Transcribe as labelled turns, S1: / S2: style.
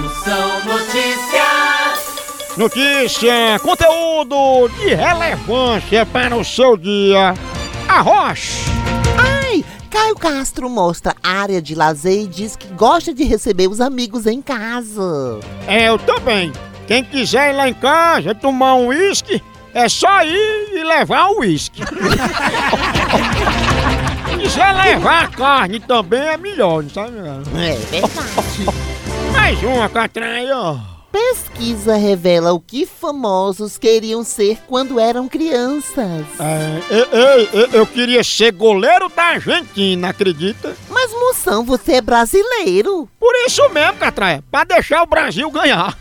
S1: Moção Notícias.
S2: Notícia, conteúdo de relevância para o seu dia. Arroz.
S3: Ai, Caio Castro mostra área de lazer e diz que gosta de receber os amigos em casa.
S2: É, eu também. Quem quiser ir lá em casa tomar um uísque, é só ir e levar o uísque. quiser levar a carne também é melhor, não sabe?
S3: É verdade.
S2: Mais uma, Catraia.
S3: Pesquisa revela o que famosos queriam ser quando eram crianças.
S2: É, eu, eu, eu queria ser goleiro da Argentina, acredita?
S3: Mas, moção, você é brasileiro.
S2: Por isso mesmo, Catraia, pra deixar o Brasil ganhar.